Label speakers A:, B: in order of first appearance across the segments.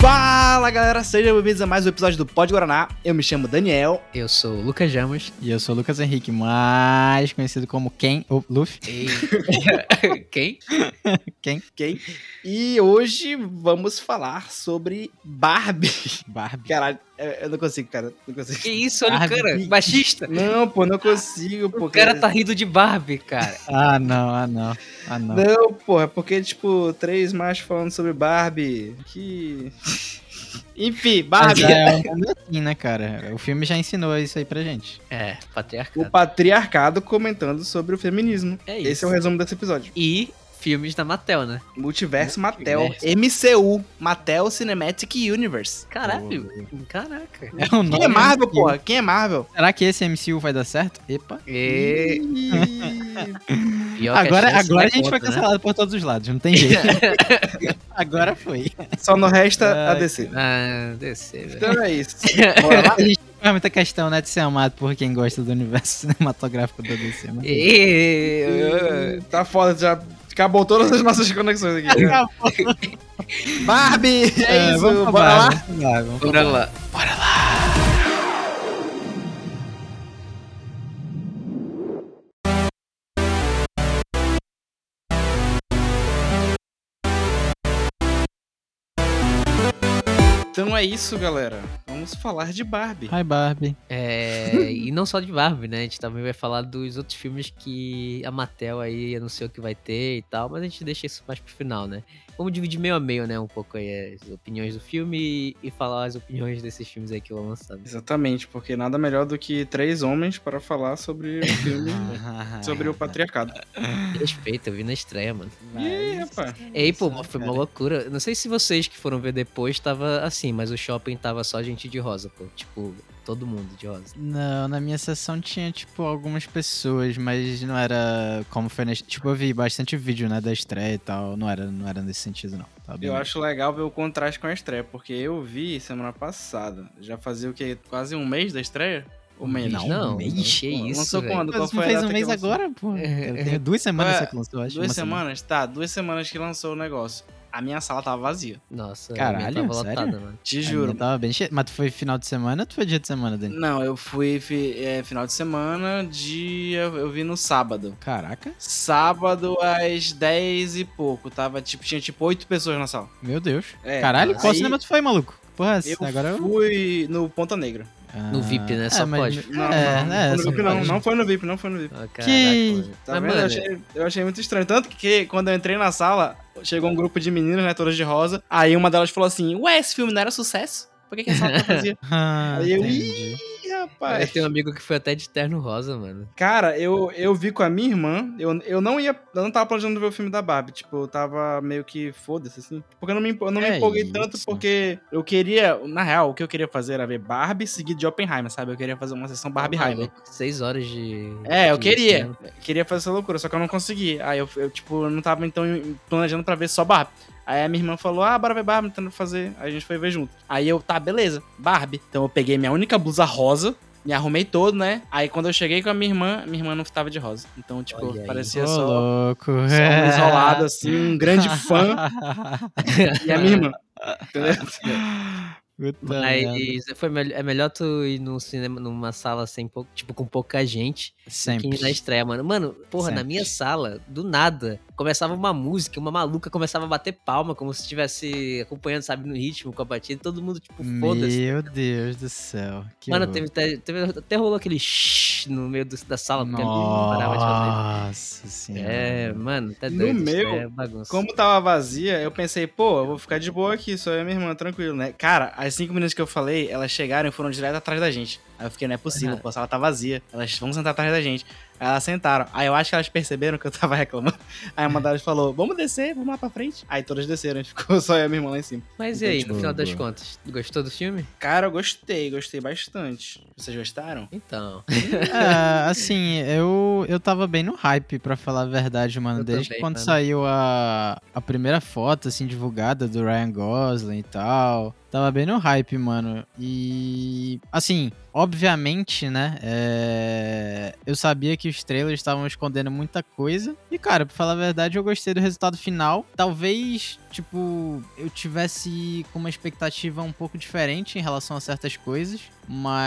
A: Fala galera, sejam bem-vindos a mais um episódio do Pod Guaraná. Eu me chamo Daniel.
B: Eu sou o Lucas Jamos.
C: E eu sou o Lucas Henrique, mais conhecido como Ken, ou Luffy.
B: E... Quem?
C: Ken,
A: ok? E hoje vamos falar sobre Barbie.
C: Barbie.
A: Caralho, eu eu não consigo, cara. Não consigo.
B: Que isso, olha o
C: Barbie.
B: cara, machista.
A: Não, pô, não consigo.
B: O
A: Porque...
B: cara tá rindo de Barbie, cara.
C: Ah, não, ah, não, ah, não.
A: Não, porra, é porque, tipo, três machos falando sobre Barbie. Que. Enfim,
C: Mas
A: Barbie.
C: é um mundo assim, né, cara? O filme já ensinou isso aí pra gente.
B: É,
A: O
B: patriarcado.
A: patriarcado comentando sobre o feminismo.
B: É
A: Esse é o
B: isso.
A: resumo desse episódio.
B: E filmes da Mattel, né?
A: Multiverso Mattel.
B: Multiverso.
A: MCU. Mattel Cinematic Universe.
B: Caralho.
C: Pô,
B: Caraca.
C: É o
A: Quem é Marvel, porra? Quem é Marvel?
C: Será que esse MCU vai dar certo? Epa.
B: E... pior que
C: Agora,
B: chance
C: agora a
B: vai
C: gente foi
B: contra, né?
C: cancelado por todos os lados, não tem jeito. agora foi.
A: Só não resta a
C: Ai,
A: DC.
B: Ah, descer, velho.
A: Então é isso. Bora lá.
C: A gente faz muita questão, né, de ser amado por quem gosta do universo cinematográfico da né? DC. Mas...
B: E...
A: Ih, Tá foda, já acabou todas as nossas conexões aqui. né? Barbie! É isso,
C: vamos pra
A: bora lá.
C: Barbie, Vamos lá, vamos pra
B: Bora lá.
A: Então é isso, galera. Vamos falar de Barbie.
C: Hi, Barbie.
B: É, e não só de Barbie, né? A gente também vai falar dos outros filmes que a Mattel aí anunciou que vai ter e tal, mas a gente deixa isso mais pro final, né? Vamos dividir meio a meio, né? Um pouco aí as opiniões do filme e falar as opiniões desses filmes aí que vão lançando.
A: Exatamente, porque nada melhor do que três homens para falar sobre o filme,
C: Ah,
A: sobre o patriarcado.
B: Respeito, eu vi na estreia, mano.
A: Ih, rapaz.
B: Ei, pô,
C: né,
B: mas foi uma loucura. Eu Não sei se vocês que foram ver depois tava assim, mas o shopping tava só gente de rosa, pô. Tipo, todo mundo de rosa.
C: Não, na minha sessão tinha, tipo, algumas pessoas, mas não era como foi na... Tipo, eu vi bastante vídeo, né, da estreia e tal. Não era, não era nesse sentido, não. Tava bem-
A: Eu acho legal ver o contraste com a estreia, porque eu vi semana passada. Já fazia o quê? Quase um mês da estreia? Ou menos?
C: Não, um
B: não,
C: mês?
B: que isso,
A: Lançou
B: velho.
A: quando? Qual
C: Mas
A: foi a
C: não fez
A: data
C: um
A: que
C: mês
A: lançou?
C: agora, pô. Tem duas semanas
A: Ué,
C: que lançou, acho.
A: Duas
C: uma semana.
A: semanas? Tá, duas semanas que lançou o negócio. A minha sala tava vazia.
B: Nossa, a
C: Caralho,
B: minha tava
C: sério?
B: lotada, mano.
A: Te
C: A minha
A: juro.
C: Tava bem cheia. Mas tu foi final de semana ou tu foi dia de semana, Dani?
A: Não, eu fui fi- é, final de semana, dia. Eu vi no sábado.
C: Caraca,
A: Sábado às 10 e pouco. Tava, tipo, tinha tipo 8 pessoas na sala.
C: meu Deus.
A: É,
C: Caralho, qual
A: aí
C: cinema tu foi, maluco? Porra,
A: Eu
C: agora eu...
A: fui no Ponta Negra.
B: No VIP, né,
C: Ah,
B: só
C: mas-
B: pode.
A: Não,
C: É,
A: não,
C: é,
A: não, foi
C: só
A: no VIP, não,
C: pode.
A: não foi no VIP, não foi no VIP.
B: Ah, caraca,
C: Que-
B: mano.
A: Tá
B: Mas,
A: vendo? Eu
B: mano,
A: achei, eu achei muito estranho. Tanto que quando eu entrei na sala, chegou um grupo de meninas, né? Todas de rosa. Aí uma delas falou assim: Ué, esse filme não era sucesso? Por que, que a sala tá vazia?
C: Ah,
A: Aí eu-
C: entendi.
A: Ih,
B: Eu
A: rapaz.
B: tenho um amigo que foi até de terno rosa, mano.
A: Cara, eu, eu vi com a minha irmã. Eu, eu não ia. Eu não tava planejando ver o filme da Barbie. Tipo, eu tava meio que foda-se, assim. Porque eu não me, empo- eu não me
C: É
A: empolguei
C: isso.
A: tanto, porque eu queria. Na real, o que eu queria fazer era ver Barbie seguido de Oppenheimer, sabe? Eu queria fazer uma sessão Barbie
B: Tá
A: Heimer.
B: maluco, Seis horas de.
A: É, eu
B: de
A: queria.
B: cinema.
A: Queria fazer essa loucura, só que eu não consegui. Aí eu, eu, tipo, eu não tava então planejando pra ver só Barbie. Aí a minha irmã falou: Ah, bora ver Barbie, tentando fazer. Aí a gente foi ver junto. Aí eu, tá, beleza, Barbie. Então eu peguei minha única blusa rosa, me arrumei todo, né? Aí quando eu cheguei com a minha irmã, minha irmã não tava de rosa. Então, tipo,
B: Olha aí.
A: parecia
C: Ô,
A: só,
C: louco. é.
A: só um isolado, assim, um grande fã e a minha irmã. né? Entendeu?
C: Puta merda.
B: Mas foi mel- é melhor tu ir num cinema, numa sala sem pouco, tipo, com pouca gente, que
C: Sempre.
B: ir na estreia, mano. Mano, porra, na
C: Sempre.
B: minha sala, do nada, começava uma música, uma maluca começava a bater palma, como se estivesse acompanhando, sabe, no ritmo, com a batida, todo mundo, tipo, foda-se.
C: Meu Deus do céu. Que
B: Mano,
C: horror.
B: teve, até- teve- até rolou aquele shhh no meio do- da sala, porque a minha irmã não parava de fazer.
C: Nossa senhora.
B: É, mano, tá
A: No
B: doido. isso
A: meu,
B: é bagunça.
A: Como tava vazia, eu pensei, pô, eu vou ficar de boa aqui, só eu e minha irmã, tranquilo, né? Cara, as cinco meninas que eu falei, elas chegaram e foram direto atrás da gente. Aí eu fiquei, não é possível,
B: Ah.
A: pô, a sala tá vazia. Elas vão sentar atrás da gente. Aí elas sentaram. Aí eu acho que elas perceberam que eu tava reclamando. Aí uma delas falou, vamos descer, vamos lá pra frente. Aí todas desceram, e ficou só eu e minha irmã lá em cima.
B: Mas e
C: Então,
B: aí,
C: tipo,
B: no final das
C: boa.
B: contas, gostou do filme?
A: Cara, eu gostei, gostei bastante. Vocês gostaram?
B: Então.
C: Ah, assim, eu, eu tava bem no hype, pra falar a verdade, mano.
B: Eu
C: Desde
B: também,
C: quando
B: mano.
C: saiu a, a primeira foto, assim, divulgada do Ryan Gosling e tal. Tava bem no hype, mano. E, assim, obviamente, né? é, Eu sabia que os trailers estavam escondendo muita coisa. E, cara, pra falar a verdade, eu gostei do resultado final. Talvez, tipo, eu tivesse com uma expectativa um pouco diferente em relação a certas coisas.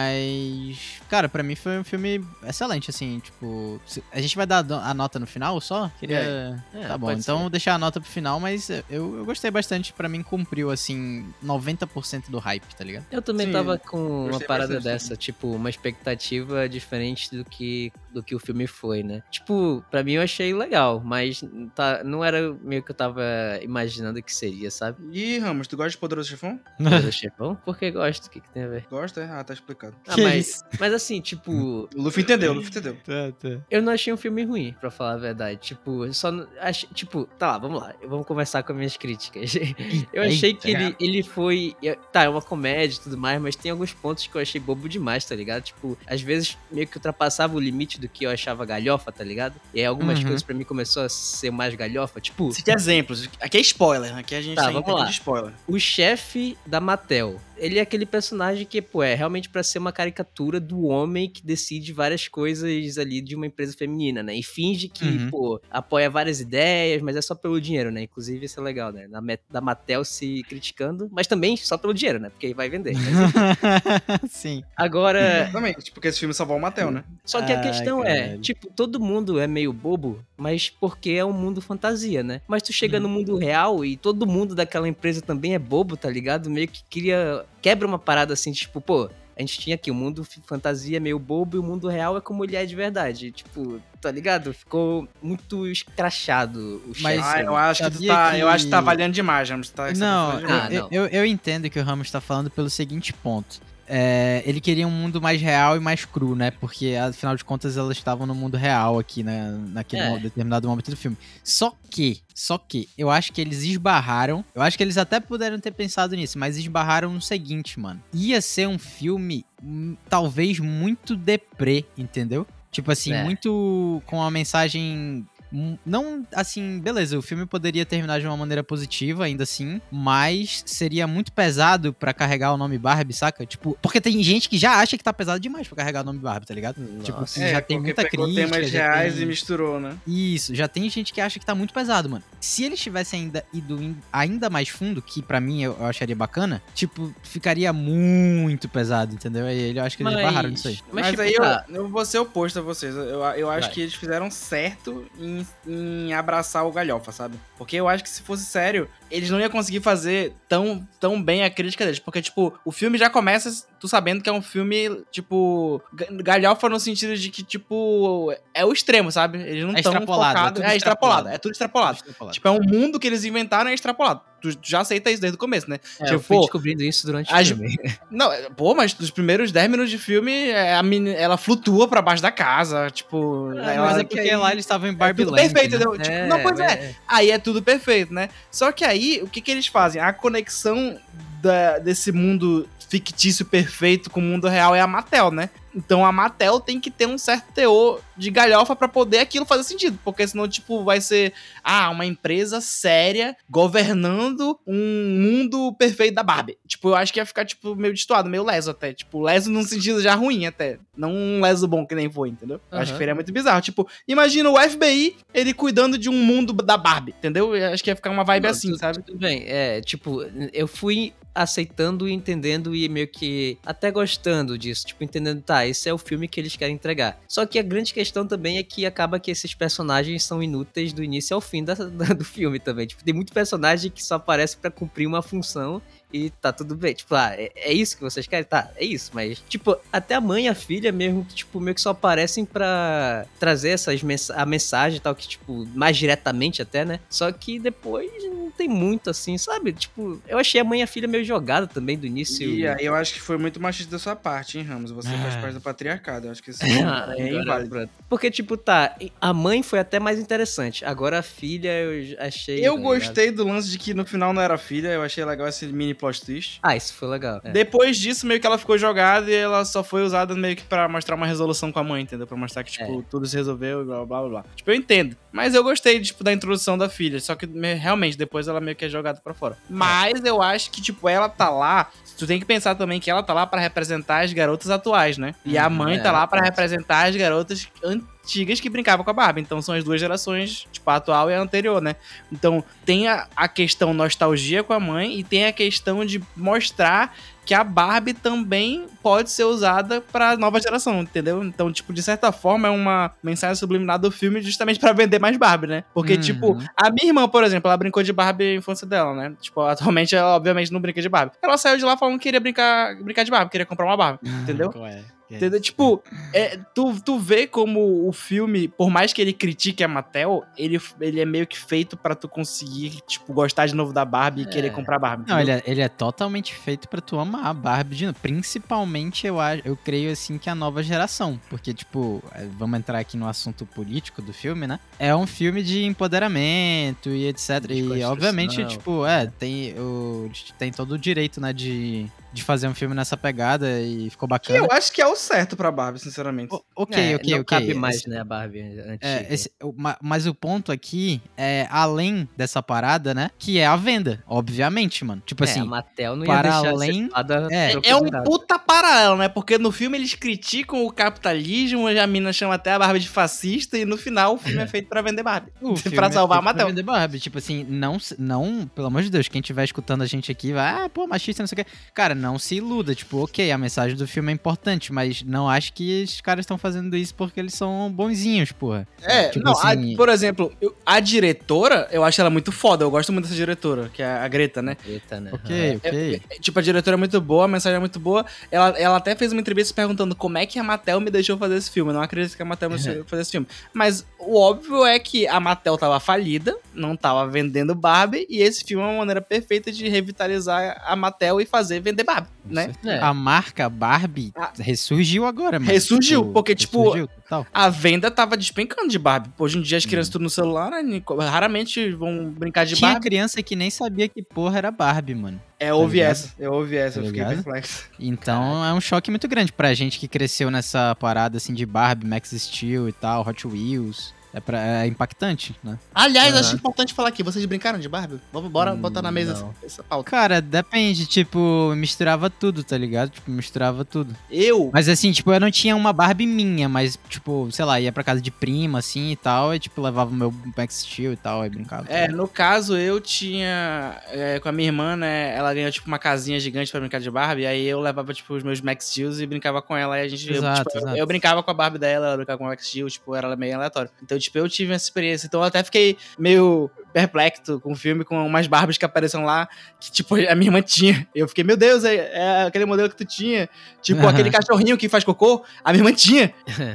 C: Mas, cara, pra mim foi um filme excelente, assim, tipo. se- A gente vai dar a nota no final só? Queria.
B: É,
C: Tá bom,
B: pode
C: então vou deixar a nota pro final, mas eu, eu gostei bastante. Pra mim, cumpriu, assim, 90% do hype, tá ligado?
B: Eu também
A: Sim,
B: tava com uma
A: gostei
B: parada
A: bastante
B: dessa, tipo, uma expectativa diferente do que, do que o filme foi, né? Tipo, pra mim eu achei legal, mas tá, não era meio que eu tava imaginando que seria, sabe?
A: Ih, Ramos, tu gosta de Poderoso Chefão?
B: Do chefão? Porque gosto, o que, que tem a ver?
A: Gosta? é? Ah, tá explicado.
B: Ah,
C: Que
B: mas,
C: isso?
B: mas assim, tipo,
A: O Luffy entendeu, o Luffy entendeu.
C: Tá, tá.
B: eu não achei um filme ruim, pra falar a verdade. Tipo, eu só. não- Achei, tipo, tá lá, vamos lá. Vamos conversar com as minhas críticas. Eu achei
C: é.
B: que ele, ele foi. eu- Tá, é uma comédia e tudo mais, mas tem alguns pontos que eu achei bobo demais, tá ligado? Tipo, às vezes meio que ultrapassava o limite do que eu achava galhofa, tá ligado? E aí algumas
C: Uhum.
B: coisas pra mim começou a ser mais galhofa. Tipo,
A: Cite exemplos. Aqui é spoiler, aqui a gente
B: Tá,
A: tem
B: vamos
A: tem
B: lá.
A: de spoiler.
B: o chefe da Mattel. Ele é aquele personagem que, pô, é realmente pra ser uma caricatura do homem que decide várias coisas ali de uma empresa feminina, né? E finge que,
C: Uhum.
B: pô, apoia várias ideias, mas é só pelo dinheiro, né? Inclusive, isso é legal, né? Da, Met- da Mattel se criticando, mas também só pelo dinheiro, né? Porque aí vai vender. Mas,
C: Sim.
B: agora,
A: Exatamente, porque esse filme salvou o Matel, né?
B: Só que a
C: Ai,
B: questão é,
C: caralho.
B: tipo, todo mundo é meio bobo, mas porque é um mundo fantasia, né? Mas tu
A: Uhum.
B: chega no mundo real e todo mundo daquela empresa também é bobo, tá ligado? Meio que cria. quebra uma parada assim, tipo, pô. A gente tinha aqui o mundo f- fantasia é meio bobo e o mundo real é como ele é de verdade. Tipo, tá ligado? Ficou muito escrachado o
C: Mas-
B: chefe.
A: Ah, eu acho que, tu
C: Sabia
A: tá, eu
C: que-
A: acho que tá avaliando demais, Ramos. Tá, você tá
C: Não,
A: avaliando demais.
B: Ah,
C: eu,
B: não.
C: eu, eu entendo que o Ramos tá falando pelo seguinte ponto. É, ele queria um mundo mais real e mais cru, né? Porque, afinal de contas, elas estavam no mundo real aqui, na, naquele
B: É.
C: mo- determinado momento do filme. Só que, só que, eu acho que eles esbarraram. Eu acho que eles até puderam ter pensado nisso, mas esbarraram no seguinte, mano. Ia ser um filme, hum, talvez, muito deprê, entendeu? Tipo assim,
B: É.
C: muito com uma mensagem Hum, Não, assim, beleza, o filme poderia terminar de uma maneira positiva, ainda assim, mas seria muito pesado pra carregar o nome Barbie, saca? Tipo, porque tem gente que já acha que tá pesado demais pra carregar o nome Barbie, tá ligado? Tipo,
B: Nossa.
C: assim, já tem
A: É, porque
C: muita
A: pegou
C: crítica.
A: temas
C: já
A: reais
C: tem-
A: e misturou, né?
C: Isso, já tem gente que acha que tá muito pesado, mano. Se eles tivessem ainda ido in- ainda mais fundo, que pra mim eu, eu acharia bacana, tipo, ficaria muito pesado, entendeu? Aí ele- eu acho que eles barraram nisso aí.
A: Mas,
B: tipo,
A: aí eu,
B: tá,
A: eu vou ser oposto a vocês. Eu, eu acho
B: Vai.
A: que eles fizeram certo em, em abraçar o galhofa, sabe? Porque eu acho que se fosse sério, eles não iam conseguir fazer tão, tão bem a crítica deles. Porque, tipo, o filme já começa tu sabendo que é um filme, tipo, ga- galhofa no sentido de que, tipo, é o extremo, sabe? Eles não
C: É
A: estão
C: extrapolado, é
A: focados.
C: tudo
A: É, extrapolado,
C: extrapolado.
A: é tudo extrapolado.
C: Extrapolado.
A: Tipo, é um mundo que eles inventaram e é extrapolado. Tu, tu já aceita isso desde o começo, né?
B: é, eu
A: tipo,
B: fui
A: pô,
B: descobrindo isso durante o
A: as-
B: filme.
A: Não, é- pô, mas nos primeiros 10 minutos de filme, é, a meni- ela flutua pra baixo da casa, tipo...
B: Ah,
A: ela-
C: Mas é
B: que
C: porque
B: aí-
C: lá eles estavam em
A: é
C: Barbie
A: tudo
C: Land,
A: perfeito,
C: né?
A: entendeu? Tipo, não, pois é. Aí é tudo perfeito, né? Só que aí, o que que eles fazem? A conexão da- desse mundo fictício perfeito com o mundo real é a Mattel, né? Então a Mattel tem que ter um certo teor de galhofa pra poder aquilo fazer sentido, porque senão, tipo, vai ser, ah, uma empresa séria governando um mundo perfeito da Barbie. Tipo, eu acho que ia ficar, tipo, meio destoado, meio leso até. Tipo, leso num sentido já ruim até. Não um leso bom que nem foi, entendeu? Eu Acho
B: Aham.
A: que seria muito bizarro. Tipo, imagina o FBI, ele cuidando de um mundo da Barbie, entendeu? Eu acho que ia ficar uma vibe
B: Não,
A: assim,
B: tudo-
A: sabe?
B: Tudo bem, é, tipo, eu fui aceitando e entendendo e meio que até gostando disso, tipo, entendendo, tá, esse é o filme que eles querem entregar. Só que a grande questão também é que acaba que esses personagens são inúteis do início ao fim da- da- do filme também. Tipo, tem muito personagem que só aparece pra cumprir uma função e tá tudo bem. Tipo, ah, é, é isso que vocês querem? Tá, é isso, mas, tipo, até a mãe e a filha mesmo, que, tipo, meio que só aparecem pra trazer essas mens a mensagem e tal, que, tipo, mais diretamente até, né? Só que depois não tem muito assim, sabe? Tipo, eu achei a mãe e a filha meio jogada também do início.
A: E aí eu acho que foi muito machista da sua parte, hein, Ramos? Você faz
C: Ah.
A: parte do patriarcado. Eu acho que isso
B: Ah,
A: é
B: agora,
A: inválido.
B: pronto. Porque, tipo, tá, a mãe foi até mais interessante. Agora a filha eu j- achei.
A: Eu
B: tá ligado?
A: gostei do lance de que no final não era filha, eu achei legal esse mini plot twist.
B: Ah, isso foi legal. É.
A: Depois disso, meio que ela ficou jogada e ela só foi usada meio que pra mostrar uma resolução com a mãe, entendeu? Pra mostrar que,
B: É.
A: tipo, tudo se resolveu e blá, blá, blá, blá. Tipo, eu entendo. Mas eu gostei, tipo, da introdução da filha. Só que, me- realmente, depois ela meio que é jogada pra fora. Mas eu acho que, tipo, ela tá lá... Tu tem que pensar também que ela tá lá pra representar as garotas atuais, né? E a
B: Uhum,
A: mãe
B: é,
A: tá lá pra
B: pode.
A: representar as garotas antigas que brincavam com a Barbie. Então são as duas gerações, tipo, a atual e a anterior, né? Então tem a, a questão nostalgia com a mãe e tem a questão de mostrar que a Barbie também pode ser usada pra nova geração, entendeu? Então, tipo, de certa forma é uma mensagem subliminar do filme justamente pra vender mais Barbie, né? Porque,
C: Uhum.
A: tipo, a minha irmã, por exemplo, ela brincou de Barbie na infância dela, né? Tipo, atualmente ela obviamente não brinca de Barbie. Ela saiu de lá falando que queria brincar, brincar de Barbie, queria comprar uma Barbie, entendeu?
C: Qual é? Que é
A: Entendeu? Tipo, é, tu, tu vê como o filme, por mais que ele critique a Mattel, ele, ele é meio que feito pra tu conseguir, tipo, gostar de novo da Barbie e querer comprar Barbie.
C: Não,
A: entendeu?
C: ele é, ele é totalmente feito pra tu amar a Barbie de novo. Principalmente, eu, acho- eu creio, assim, que a nova geração. Porque, tipo, eh, vamos entrar aqui no assunto político do filme, né? É um filme de empoderamento e etc. E,
B: Desconstrução.
C: obviamente, tipo, é, tem, o, tem todo o direito, né, de, de fazer um filme nessa pegada e ficou
A: Que eu
C: bacana.
A: acho que é o certo pra Barbie, sinceramente.
C: O- ok,
B: É,
C: ok,
B: não
C: ok.
B: cabe mais,
C: Esse-
B: né, a Barbie antiga.
C: é, esse- o- ma- mas o ponto aqui é, além dessa parada, né? Que é a venda, obviamente, mano. Tipo
B: É, a
C: assim,
B: Mattel não
C: para
B: ia deixar
C: além- é.
B: é,
A: É um puta paralelo, né? Porque no filme eles criticam o capitalismo, a mina chama até a Barbie de fascista e no final o filme é feito pra vender Barbie.
C: O filme
A: pra
C: é
A: salvar a
C: feito pra
A: Mattel.
C: vender Barbie. Tipo assim, não, se- não, pelo amor de Deus, quem estiver escutando a gente aqui vai, ah, pô, machista, não sei o quê. Cara, não se iluda. Tipo, ok, a mensagem do filme é importante, mas não acho que esses caras estão fazendo isso porque eles são bonzinhos, porra.
A: É,
C: Tipo
A: não, a-
C: assim-
A: por exemplo, eu- a diretora, eu acho ela muito foda, eu gosto muito dessa diretora, que é a Greta, né?
B: Eita, né?
C: Ok, ok.
A: É, Tipo, a diretora é muito boa, a mensagem é muito boa. Ela, ela até fez uma entrevista perguntando como é que a Mattel me deixou fazer esse filme. Eu não acredito que a Mattel me
C: Uhum.
A: deixou fazer esse filme. Mas o óbvio é que a Mattel tava falida, não tava vendendo Barbie, e esse filme é uma maneira perfeita de revitalizar a Mattel e fazer vender Barbie, né?
B: É.
C: A marca Barbie
A: Ah.
C: ressurgiu agora, mano.
A: Ressurgiu, porque, tipo,
C: Ressurgiu, total.
A: A venda tava despencando de Barbie. Hoje em dia
C: Uhum.
A: as crianças tudo no celular, né? Nico? Raramente vão brincar de
C: Tinha
A: Barbie.
C: criança que nem sabia que porra era Barbie, mano.
A: É, eu ouvi
C: ligado?
A: essa. Eu ouvi essa,
C: Tá
A: eu fiquei
C: ligado?
A: perplexo.
C: Então é um choque muito grande pra gente que cresceu nessa parada assim de Barbie, Max Steel e tal, Hot Wheels. É, pra, é impactante, né?
A: Aliás,
B: Aham.
A: acho importante falar aqui. Vocês brincaram de Barbie? Vamos, bora
B: Hum,
A: botar na mesa
B: não.
A: essa, essa pauta.
C: Cara, depende, tipo, misturava tudo, tá ligado? Tipo, misturava tudo.
A: Eu
C: Mas assim, tipo, eu não tinha uma Barbie minha, mas, tipo, sei lá, ia pra casa de prima, assim, e tal, e tipo, levava o meu Max Steel e tal, e brincava.
A: É, no caso, eu tinha. é, com a minha irmã, né? Ela ganhou, tipo, uma casinha gigante pra brincar de Barbie. Aí eu levava, tipo, os meus Max Steels e brincava com ela. E a gente. eu,
C: Exato,
A: tipo, eu,
C: exato.
A: eu brincava com a Barbie dela, ela brincava com o Max Steel, tipo, era meio aleatório. Então, tipo, eu tive essa experiência. Então, eu até fiquei meio perplexo com o filme, com umas Barbies que apareceram lá, que, tipo, a minha irmã tinha. Eu fiquei, meu Deus, é, é aquele modelo que tu tinha. Tipo,
C: Aham.
A: aquele cachorrinho que faz cocô, a minha irmã tinha.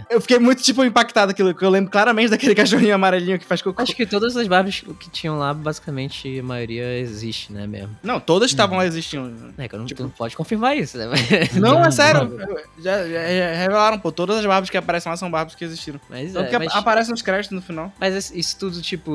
A: eu fiquei muito, tipo, impactado aquilo, que eu lembro claramente daquele cachorrinho amarelinho que faz cocô.
B: Acho que todas as Barbies que tinham lá, basicamente, a maioria existe, né, mesmo.
A: Não, todas estavam lá existindo.
B: É que eu não,
A: Tipo-
B: tu não pode confirmar isso, né?
A: Não,
C: Não,
A: é sério. Já, já- já revelaram, pô. Todas as Barbies que aparecem lá são Barbies que existiram.
B: Mas,
A: Tanto
B: é,
A: Então, que
B: mas,
A: aparecem nos créditos no final.
B: mas esse- isso tudo, tipo,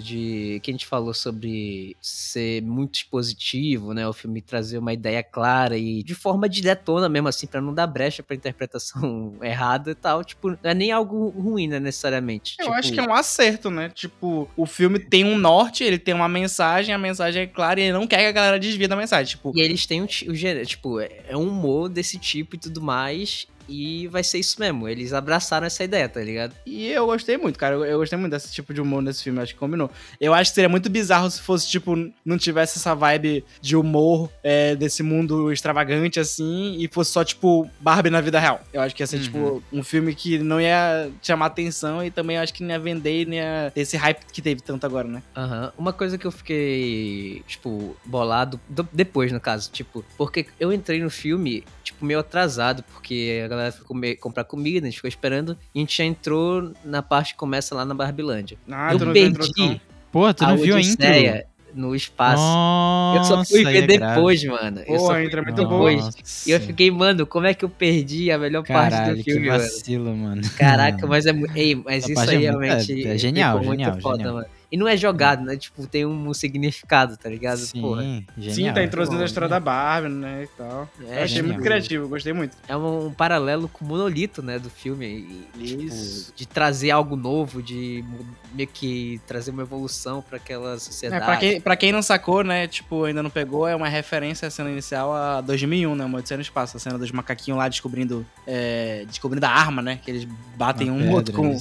B: de que a gente falou sobre ser muito expositivo, né? O filme trazer uma ideia clara e de forma diretona mesmo, assim, pra não dar brecha pra interpretação errada e tal. Tipo, não é nem algo ruim, né, necessariamente.
A: Eu
B: Tipo,
A: acho que é um acerto, né? Tipo, o filme tem um norte, ele tem uma mensagem, a mensagem é clara e ele não quer que a galera desvie da mensagem. Tipo,
B: E eles têm um, ti- o gênero, tipo, é é um humor desse tipo e tudo mais. E vai ser isso mesmo. Eles abraçaram essa ideia, tá ligado?
A: E eu gostei muito, cara. Eu, eu gostei muito desse tipo de humor nesse filme. Acho que combinou. Eu acho que seria muito bizarro se fosse, tipo, não tivesse essa vibe de humor é, desse mundo extravagante, assim, e fosse só, tipo, Barbie na vida real. Eu acho que ia ser,
C: Uhum.
A: tipo, um filme que não ia chamar atenção e também eu acho que não ia vender e nem ia ter esse hype que teve tanto agora, né?
B: Aham. Uma coisa que eu fiquei, tipo, bolado do- depois, no caso, tipo, porque eu entrei no filme, tipo, meio atrasado, porque a galera foi comer, comprar comida, a gente ficou esperando, e a gente já entrou na parte que começa lá na Barbilândia.
A: Ah,
B: eu perdi
C: Pô, tu
B: a
C: não viu a intro?
B: Odisseia no espaço.
C: Nossa,
B: eu só fui
C: aí é
B: ver
C: grave.
B: depois, mano. eu
A: Pô,
B: só
A: a
B: fui
A: intro é
B: ver
A: muito boa.
B: depois. E eu fiquei, mano, como é que eu perdi a melhor parte
C: Caralho,
B: do
C: que
B: filme, mano?
C: vacilo, mano.
B: Caraca, mas é. mu- Ei, mas
C: Essa
B: isso
C: parte
B: aí
C: é muito-
B: realmente.
C: é- é genial,
B: ficou
C: genial, genial.
B: mano. E E não é jogado, né? Tipo, tem um significado, tá ligado?
C: Sim,
B: Porra.
C: genial.
A: Sim, tá introduzindo
B: Bom,
A: a história da Barbie, né, e tal.
B: É,
A: Eu achei
C: genial.
A: muito criativo, gostei muito.
B: é um, um paralelo com o monolito, né, do filme. e, tipo,
A: Isso.
B: de trazer algo novo, de mu- meio que trazer uma evolução pra aquela
A: É,
B: sociedade.
A: pra, quem, pra quem não sacou, né, tipo, ainda não pegou, é uma referência à cena inicial a 2001, né, Uma Odisseia no Espaço, a cena dos macaquinhos lá descobrindo, é, descobrindo a arma, né, que eles batem um outro com,
C: né.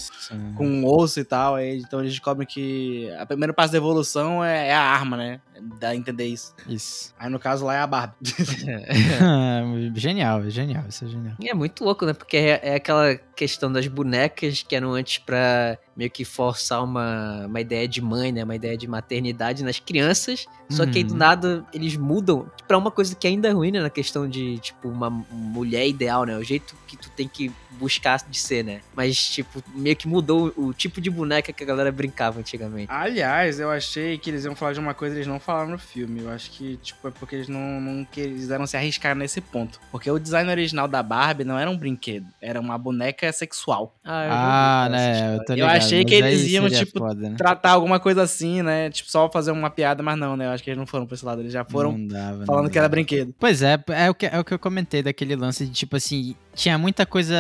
A: com um osso e tal, aí, então eles descobrem que a primeiro passo da evolução é, é a arma, né, dá a entender isso.
C: Isso.
A: Aí, no caso, lá é a Barbie.
C: genial, genial, isso é genial.
B: E é muito louco, né? Porque é, é aquela questão das bonecas que eram antes pra meio que forçar uma, uma ideia de mãe, né? Uma ideia de maternidade nas crianças. Só que aí do
C: Uhum.
B: nada eles mudam pra uma coisa que ainda é ruim, né? Na questão de, tipo, uma mulher ideal, né? O jeito que tu tem que buscar de ser, né? Mas, tipo, meio que mudou o, o tipo de boneca que a galera brincava antigamente.
A: Aliás, eu achei que eles iam falar de uma coisa que eles não falaram no filme. Eu acho que, tipo, é porque eles não, não quiseram se arriscar nesse ponto. Porque o design original da Barbie não era um brinquedo, era uma boneca sexual.
B: eu já
C: Ah,
B: ouvi falar dessa
C: né, eu
B: história.
C: tô
A: Eu
C: ligado.
A: achei que
C: mas aí
A: eles iam,
C: seria
A: tipo,
C: foda, né?
A: Tratar alguma coisa assim, né? Tipo, só fazer uma piada, mas não, né? Eu acho que eles não foram pra esse lado. Eles já foram
C: Não dava, não
A: falando que era
C: dava.
A: brinquedo.
C: Pois é, é o, que, é o que eu comentei daquele lance de tipo assim, tinha muita coisa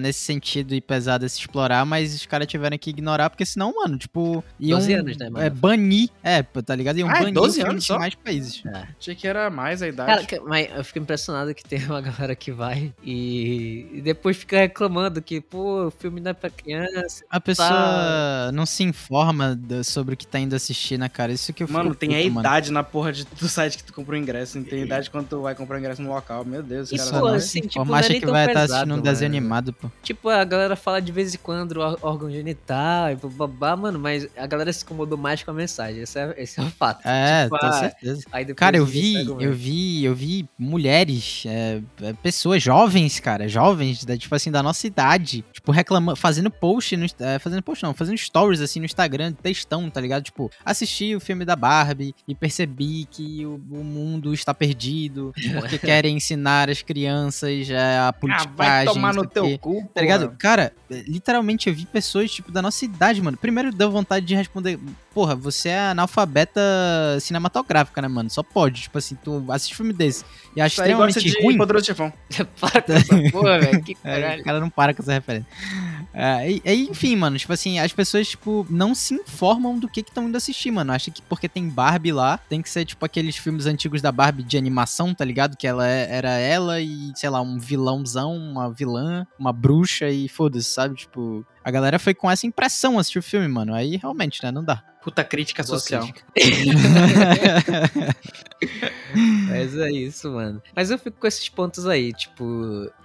C: nesse sentido e pesada a se explorar, mas os caras tiveram que ignorar, porque senão, mano, tipo, iam
B: 12 anos, né, mano?
C: é, banir, é, pô, tá ligado? Iam
A: Ah, é
C: banir
A: 12
C: o filme
A: anos
C: de
A: só? É.
C: mais países.
A: Achei que era mais a idade.
B: Cara, que- mas eu fico impressionado que tem uma galera que vai e, e depois fica reclamando que, pô, o filme não é pra criança.
C: A pessoa
A: Tá.
C: não se informa do- sobre o que tá indo assistir, né, cara? Isso que eu fico
A: Mano, tem a
C: puto, mano.
A: idade na porra de- do site que tu comprou o ingresso. Não tem idade quando tu vai comprar o ingresso no local. Meu Deus,
B: Isso,
A: esse
C: Só
A: cara tá
B: pô,
C: não
A: vai-
B: assim,
C: se
B: tipo,
C: informa,
B: não é
C: acha
B: nem
C: que
B: tão
C: vai estar
B: pesado,
C: assistindo um desenho
B: mano.
C: animado, pô.
B: Tipo, a galera fala de vez em quando ó- órgão genital e babá, mano, mas a galera se incomodou mais com a mensagem. Esse é, esse é o fato.
C: É,
B: Tipo,
C: com
B: ah,
C: certeza.
B: Aí depois
C: Cara, eu
B: eles
C: vi,
B: pegam
C: eu
B: ele.
C: vi, eu vi mulheres, é, é, pessoas jovens, cara, jovens, da, tipo assim, da nossa idade, tipo, reclamando, fazendo post, no, Insta- é, fazendo post não, fazendo stories, assim, no Instagram, textão, tá ligado? Tipo, assisti o filme da Barbie e percebi que o, o mundo está perdido, porque querem ensinar as crianças é, a
A: Ah,
C: politicagem,
A: vai tomar
C: não
A: no
C: sei o quê.
A: teu cu,
C: Tá ligado? Cara, literalmente eu vi pessoas, tipo, da nossa idade, mano. Primeiro deu vontade de responder, porra, você é analfabeta cinematográfica, né, mano? Só pode, tipo assim, tu assiste filme desse e acha
A: Isso aí gosta
C: extremamente
A: de
C: um ruim.
A: Poderoso Chefão.
B: Para com essa porra, velho. Que
C: É,
B: caralho.
C: o cara não para com essa referência. É, e- e, enfim, mano, tipo assim, as pessoas, tipo, não se informam do que estão indo assistir, mano. Acha que porque tem Barbie lá, tem que ser, tipo, aqueles filmes antigos da Barbie de animação, tá ligado? Que ela é- era ela e, sei lá, um vilãozão, uma vilã, uma bruxa e foda-se, sabe? Tipo, a galera foi com essa impressão assistir o filme, mano. Aí realmente, né, não dá.
A: Puta crítica
B: Boa
A: social.
B: crítica. Mas é isso, mano. Mas eu fico com esses pontos aí. Tipo,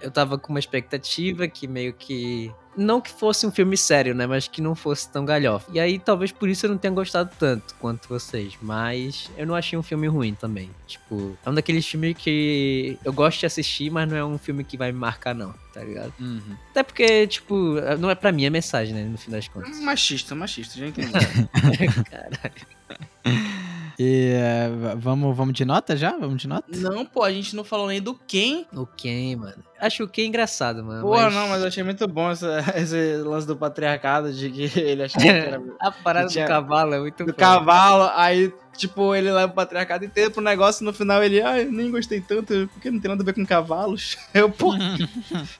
B: eu tava com uma expectativa que meio que. Não que fosse um filme sério, né? Mas que não fosse tão galhofa. E aí, talvez por isso eu não tenha gostado tanto quanto vocês. Mas eu não achei um filme ruim também. Tipo, é um daqueles filmes que eu gosto de assistir, mas não é um filme que vai me marcar, não. Tá ligado? Até porque, tipo, não é pra mim a mensagem, né? No fim das contas.
A: Hum, Machista, machista, já entendi.
C: E é, v- vamos, vamos de nota já? Vamos de nota?
A: não, pô, a gente não falou nem do quem.
B: O Ken, mano. Acho o Ken engraçado,
C: Ah,
B: mano.
A: Porra, não, mas eu achei muito bom essa- esse lance do patriarcado, de que ele achava que era do
B: A parada
A: Tinha-
B: do cavalo é muito foda.
A: cavalo, aí, tipo, ele leva o patriarcado inteiro pro negócio e no final ele, ai, eu nem gostei tanto, porque não tem nada a ver com cavalos. Eu, pô,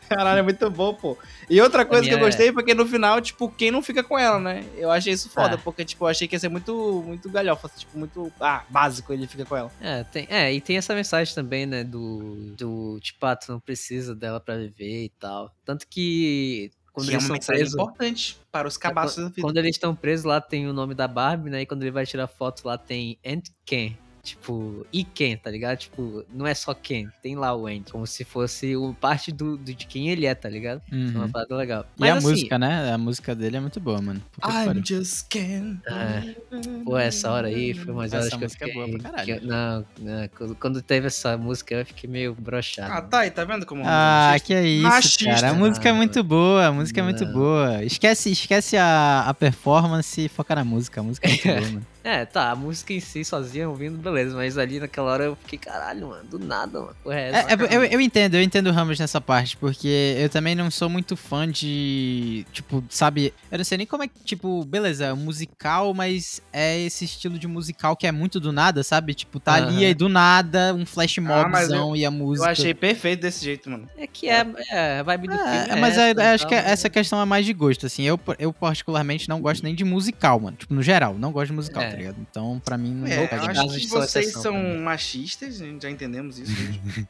A: caralho, é muito bom, pô. E outra coisa que eu
B: minha é-
A: gostei foi que no final, tipo, quem não fica com ela, né? Eu achei isso foda,
B: Ah.
A: porque, tipo, eu achei que ia ser muito, muito galhofa, tipo, muito, ah, básico ele fica com ela.
B: É, tem, é, e tem essa mensagem também, né? Do, do tipo, ah, tu não precisa dela pra viver e tal. Tanto que quando
A: Que é
B: eles
A: uma
B: são
A: mensagem
B: presos.
A: importante para os cabaços da vida.
B: Quando eles estão presos, lá tem o nome da Barbie, né? E quando ele vai tirar foto, lá tem And Ken. Tipo, e Ken, tá ligado? Tipo, não é só Ken, tem lá o And. Como se fosse o parte do, do- de quem ele é, tá ligado? É
C: Uhum.
B: uma parada legal. assim,
C: E a música, né? A música dele é muito boa, mano. Puta que pariu.
A: I'm just can.
B: É. Pô, essa hora aí foi umas
C: Essa
B: horas que eu
C: música é
B: fiquei...
C: boa pra caralho.
B: que eu- não, não, quando- quando teve essa música eu fiquei meio broxado.
A: Ah, tá aí, tá vendo como.
C: Ah, que é isso,
A: Machista.
C: cara. A música é muito boa, a música é muito
B: Ah, Não.
C: boa. Esquece, esquece a, a performance e foca na música. A música é muito boa, mano.
B: É, tá, a música em si sozinha ouvindo, beleza, mas ali naquela hora eu fiquei, caralho, mano, do nada, mano. Porra, é, essa,
C: É, é,
B: cara?"
C: eu, eu entendo, eu entendo o Ramos nessa parte, porque eu também não sou muito fã de, tipo, sabe, eu não sei nem como é que, tipo, beleza, é um musical, mas é esse estilo de musical que é muito do nada, sabe? Tipo, tá ali
B: Aham.
C: aí do nada, um flash
A: Ah, mas
C: mobzão e a
A: Eu
C: música.
A: achei perfeito desse jeito, mano.
B: É que é, é a vibe do filme.
C: É,
B: é
C: mas
B: essa
C: eu- eu
B: e
C: acho
B: tal,
C: que
B: mas-
C: essa questão é mais de gosto, assim. Eu, eu particularmente não gosto nem de musical, mano. Tipo, no geral, não gosto de musical,
B: É.
C: tá ligado? Então, pra mim, não
A: É,
C: vou
A: eu
C: fazer.
A: acho
B: casos
A: que
B: são
A: vocês
B: exceção,
A: são
B: né?
A: machistas, a gente já entendemos isso.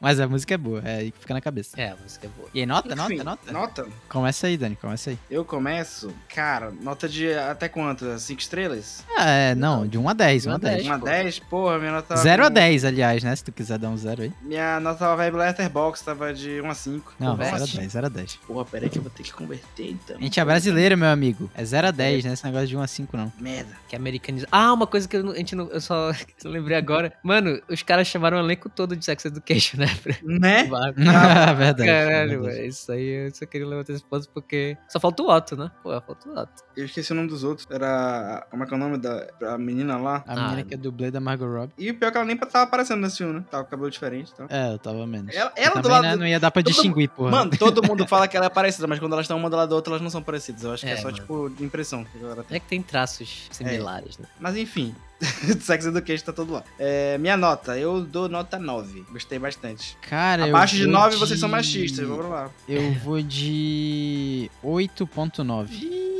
C: Mas a música é boa, é aí que fica na cabeça.
B: É, a música é boa.
C: E aí, nota,
A: Enfim,
C: nota, nota,
A: Nota?
C: Começa aí, Dani, começa aí.
A: Eu começo, cara, nota de até quanto? 5 estrelas?
C: Ah, é, não, de 1 a 10,
B: De
C: 1
B: um
C: a
B: a
C: 10.
B: Dez,
A: 1 a
B: pô.
A: 10? Porra, minha nota... um.
C: 0 a 10, aliás, né? Se tu quiser dar um 0 aí.
A: Minha nota tava vibe Letterboxd, tava de 1 a 5.
C: Não, 0
B: Converte.
C: a 10, 0 a 10.
A: Porra, peraí que eu vou ter que converter então.
C: A gente é brasileiro, meu amigo. É 0 a 10, né? Esse negócio de 1 a 5, não.
A: Merda.
B: Que é americanizado. Ah, uma coisa que eu, não- a gente não, eu só lembrei agora. Mano, os caras chamaram o elenco todo de Sex Education, né? pra-
A: Né?
B: Barbie.
C: Ah, verdade.
B: Caralho,
C: verdade.
B: velho, isso aí eu só queria levantar esse ponto porque. Só falta o Otto, né? Pô, falta o Otto.
A: Eu esqueci o nome dos outros. Era... Como é que é o nome da a menina lá?
C: A
B: Ah,
C: menina que é dublê da Margot Robbie.
A: E o pior é que ela nem tava aparecendo nesse filme, né? Tava com cabelo diferente e tal.
C: É, eu tava menos.
A: Ela,
C: Eu
A: ela do
C: também,
A: lado...
C: né, não ia dar pra
A: todo-
C: distinguir, porra.
A: Mano, todo mundo fala que ela é parecida, mas quando elas estão uma do lado da outra, elas não são parecidas. Eu acho que é
B: É,
A: só,
B: mano.
A: tipo, de impressão que a galera tem.
B: É que tem traços similares, né?
A: Mas enfim, Sex Education tá todo lá. É, minha nota, eu dou nota 9. Gostei bastante.
C: Cara, eu
A: Abaixo de
C: vou
A: 9, vocês são
C: de-
A: machistas. Vamos lá.
C: Eu vou de 8.9.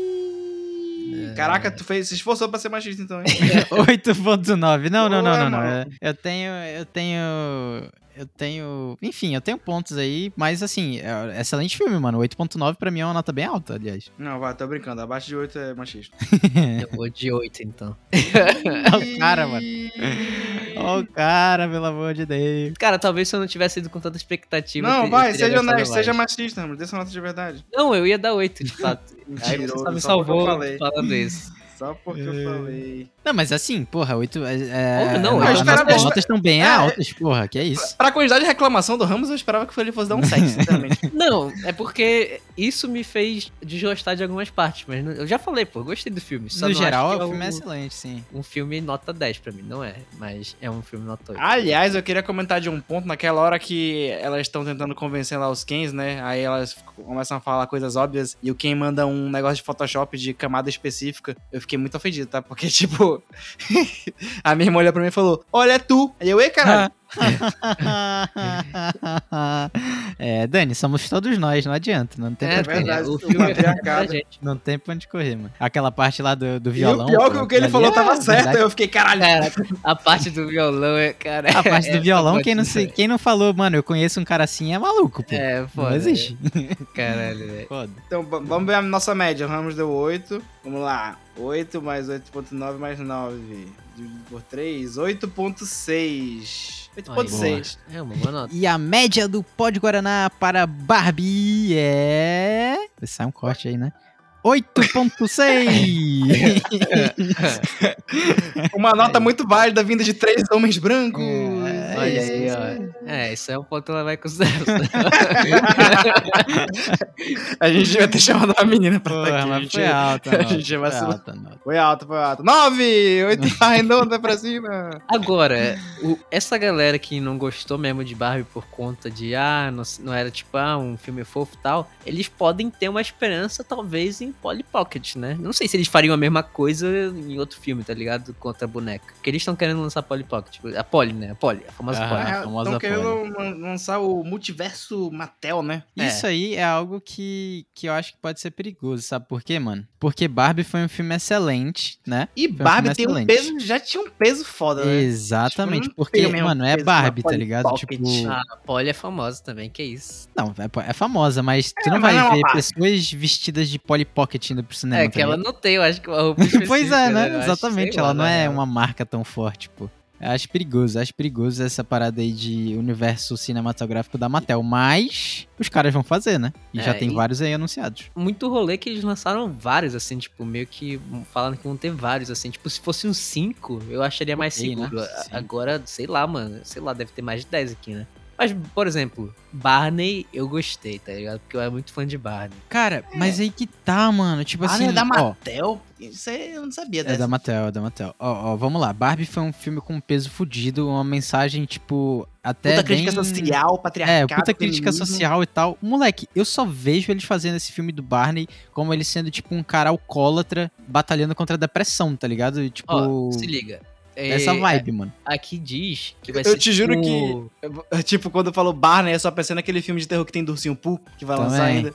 A: Caraca, tu fez, se esforçou pra ser machista então, hein?
C: 8.9. Não, não, não,
A: Boa,
C: não, não.
A: mano.
C: Eu tenho, eu tenho, eu tenho, enfim, eu tenho pontos aí, mas assim, é excelente filme, mano. 8.9 pra mim é uma nota bem alta, aliás.
A: não, vai, tô brincando. Abaixo de 8 é machista.
B: Eu vou de 8, então.
C: o cara, mano. Ó o cara, pelo amor de Deus.
B: Cara, talvez se eu não tivesse ido com tanta expectativa. eu
A: Não,
B: ter- eu
A: vai,
B: teria
A: seja
B: gostado
A: honesto,
B: mais.
A: seja machista, mano. Dê sua nota de verdade.
B: Não, eu ia dar 8, de fato. aí você
A: Mentiroso,
B: só me
A: só porque eu
B: salvou
A: falei.
B: falando isso.
A: Só porque eu
C: É.
A: falei.
C: Não, mas assim, porra, 8
B: Óbvio,
C: é,
B: não,
A: eu
C: as
A: esperava-
C: nossas notas estão bem
A: É,
C: altas, porra, que é isso?
A: Pra quantidade de reclamação do Ramos, eu esperava que ele fosse dar um 7, sinceramente.
B: Não, é porque isso me fez desgostar de algumas partes, mas não- eu já falei, pô, eu gostei do filme. Só
C: No
B: não acho que
C: geral,
B: é
C: o filme é
B: um-
C: excelente, sim.
B: um filme nota 10 pra mim, não é, mas é um filme nota 8.
A: Aliás, eu queria comentar de um ponto naquela hora que elas estão tentando convencer lá os Kens, né? Aí elas f- começam a falar coisas óbvias e o Ken manda um negócio de Photoshop de camada específica. Eu fiquei muito ofendido, tá? Porque, tipo, a minha irmã olhou pra mim e falou: Olha, é tu. Aí eu, ei, caralho.
C: Ah, é, Dani, somos todos nós, não adianta, não tem
B: é,
C: pra
A: verdade,
C: correr.
B: o
A: o
B: filme é
A: patriarcado.
B: pra gente.
C: Não tem pra onde correr, mano. Aquela parte lá do, do
A: E
C: violão.
A: o pior que
C: pô,
A: o que ele
C: ali
A: falou
C: é
A: tava certo. Aí
C: verdade.
A: eu fiquei, caralho.
B: Cara, a parte do violão é, cara.
C: A parte do
B: essa
C: violão,
B: parte
C: quem não, se, quem não falou, mano, eu conheço um cara assim, é maluco, pô.
B: É,
C: não
B: foda.
C: existe.
B: Caralho, é. velho.
C: Foda.
A: Então, va- vamos ver a nossa média. O Ramos deu 8. Vamos lá. 8 mais 8.9 mais 9. Dividido por 3. 8.6. 8.6.
B: É uma boa nota.
C: E a média do pó de Guaraná para Barbie é. Sai um corte aí, né? 8.6!
A: Uma nota muito válida vinda de três homens brancos.
C: É,
B: Olha
C: isso,
B: aí,
C: isso
A: Tá
B: ó. É, isso é um ponto que ela vai considerar.
A: A gente devia ter chamado a menina pra estar
C: Porra,
A: aqui.
C: mas
A: gente.
C: foi alta.
A: a
C: nota,
A: gente já
C: foi
A: vacilou.
C: alta, nota.
A: Foi alto, foi alto. 9! 8 arredonda pra cima.
B: Agora, o- essa galera que não gostou mesmo de Barbie por conta de, ah, não, se- não era tipo, ah, um filme fofo e tal, eles podem ter uma esperança, talvez, em Polly Pocket, né? Não sei se eles fariam a mesma coisa em outro filme, tá ligado? Contra a boneca. Porque eles estão querendo lançar Polly Pocket. A Polly, né? A Polly, a famosa
C: Aham.
B: Polly.
C: Tá, a famosa
A: Estão É, querendo lan- lançar o multiverso Mattel, né?
B: É.
C: Isso aí é algo que, que eu acho que pode ser perigoso, sabe por quê, mano? Porque Barbie foi um filme excelente, né?
A: E
C: filme
A: Barbie tem um
C: excelente.
A: peso, já tinha um peso foda, né?
C: Exatamente,
A: Tipo, não
C: porque,
A: tem mesmo
C: mano, é
A: peso,
C: Barbie,
A: uma
C: tá ligado?
A: Polly
C: Tipo,
A: Pocket.
B: Ah, a Polly é famosa também, que isso.
C: não, é, é famosa, mas tu
A: É,
C: não
A: mas
C: vai
A: não é uma
C: ver
A: Barbie.
C: pessoas vestidas de Polly Pocket indo pro cinema.
B: é
C: tá
B: que ela
C: ligado?
B: não tem, eu acho que uma roupa específica,
C: Pois é, né?
B: Eu acho,
C: Exatamente,
B: sei
C: ela
B: lá,
C: não
B: né?
C: é uma marca tão forte, pô. Eu Acho perigoso, acho perigoso essa parada aí de universo cinematográfico da Mattel, mas os caras vão fazer, né? E
B: É,
C: já tem
B: e-
C: vários aí anunciados.
B: muito rolê que eles lançaram vários, assim, tipo, meio que falando que vão ter vários, assim. Tipo, se fosse uns 5, eu acharia mais
C: Ok, né?
B: seguro. A-
C: Sim.
B: Agora, sei lá, mano. Sei lá, deve ter mais de 10 aqui, né? Mas, por exemplo, Barney eu gostei, tá ligado? Porque eu era muito fã de Barney.
C: Cara, mas aí que tá, mano. Tipo
A: ah,
C: assim.
A: é da
C: ó,
A: Mattel? Isso aí eu não sabia
C: É
A: dessa.
C: da Mattel, é da Mattel. Ó, ó, vamos lá. Barbie foi um filme com um peso fudido, uma mensagem, tipo, até
A: Puta
C: bem...
A: crítica social,
C: É,
A: patriarcado.
C: puta crítica
A: feminismo.
C: social e tal. Moleque, eu só vejo eles fazendo esse filme do Barney como ele sendo, tipo, um cara alcoólatra batalhando contra a depressão, tá ligado? E, tipo,
B: Ó, se liga. É,
C: essa vibe, mano.
B: Aqui diz que vai
A: Eu
B: ser.
A: te juro
B: tipo-
A: Eu, Tipo, quando falou Barney, eu só pensei naquele filme de terror que tem do Ursinho Poo, que vai lançar
C: Também.
A: ainda.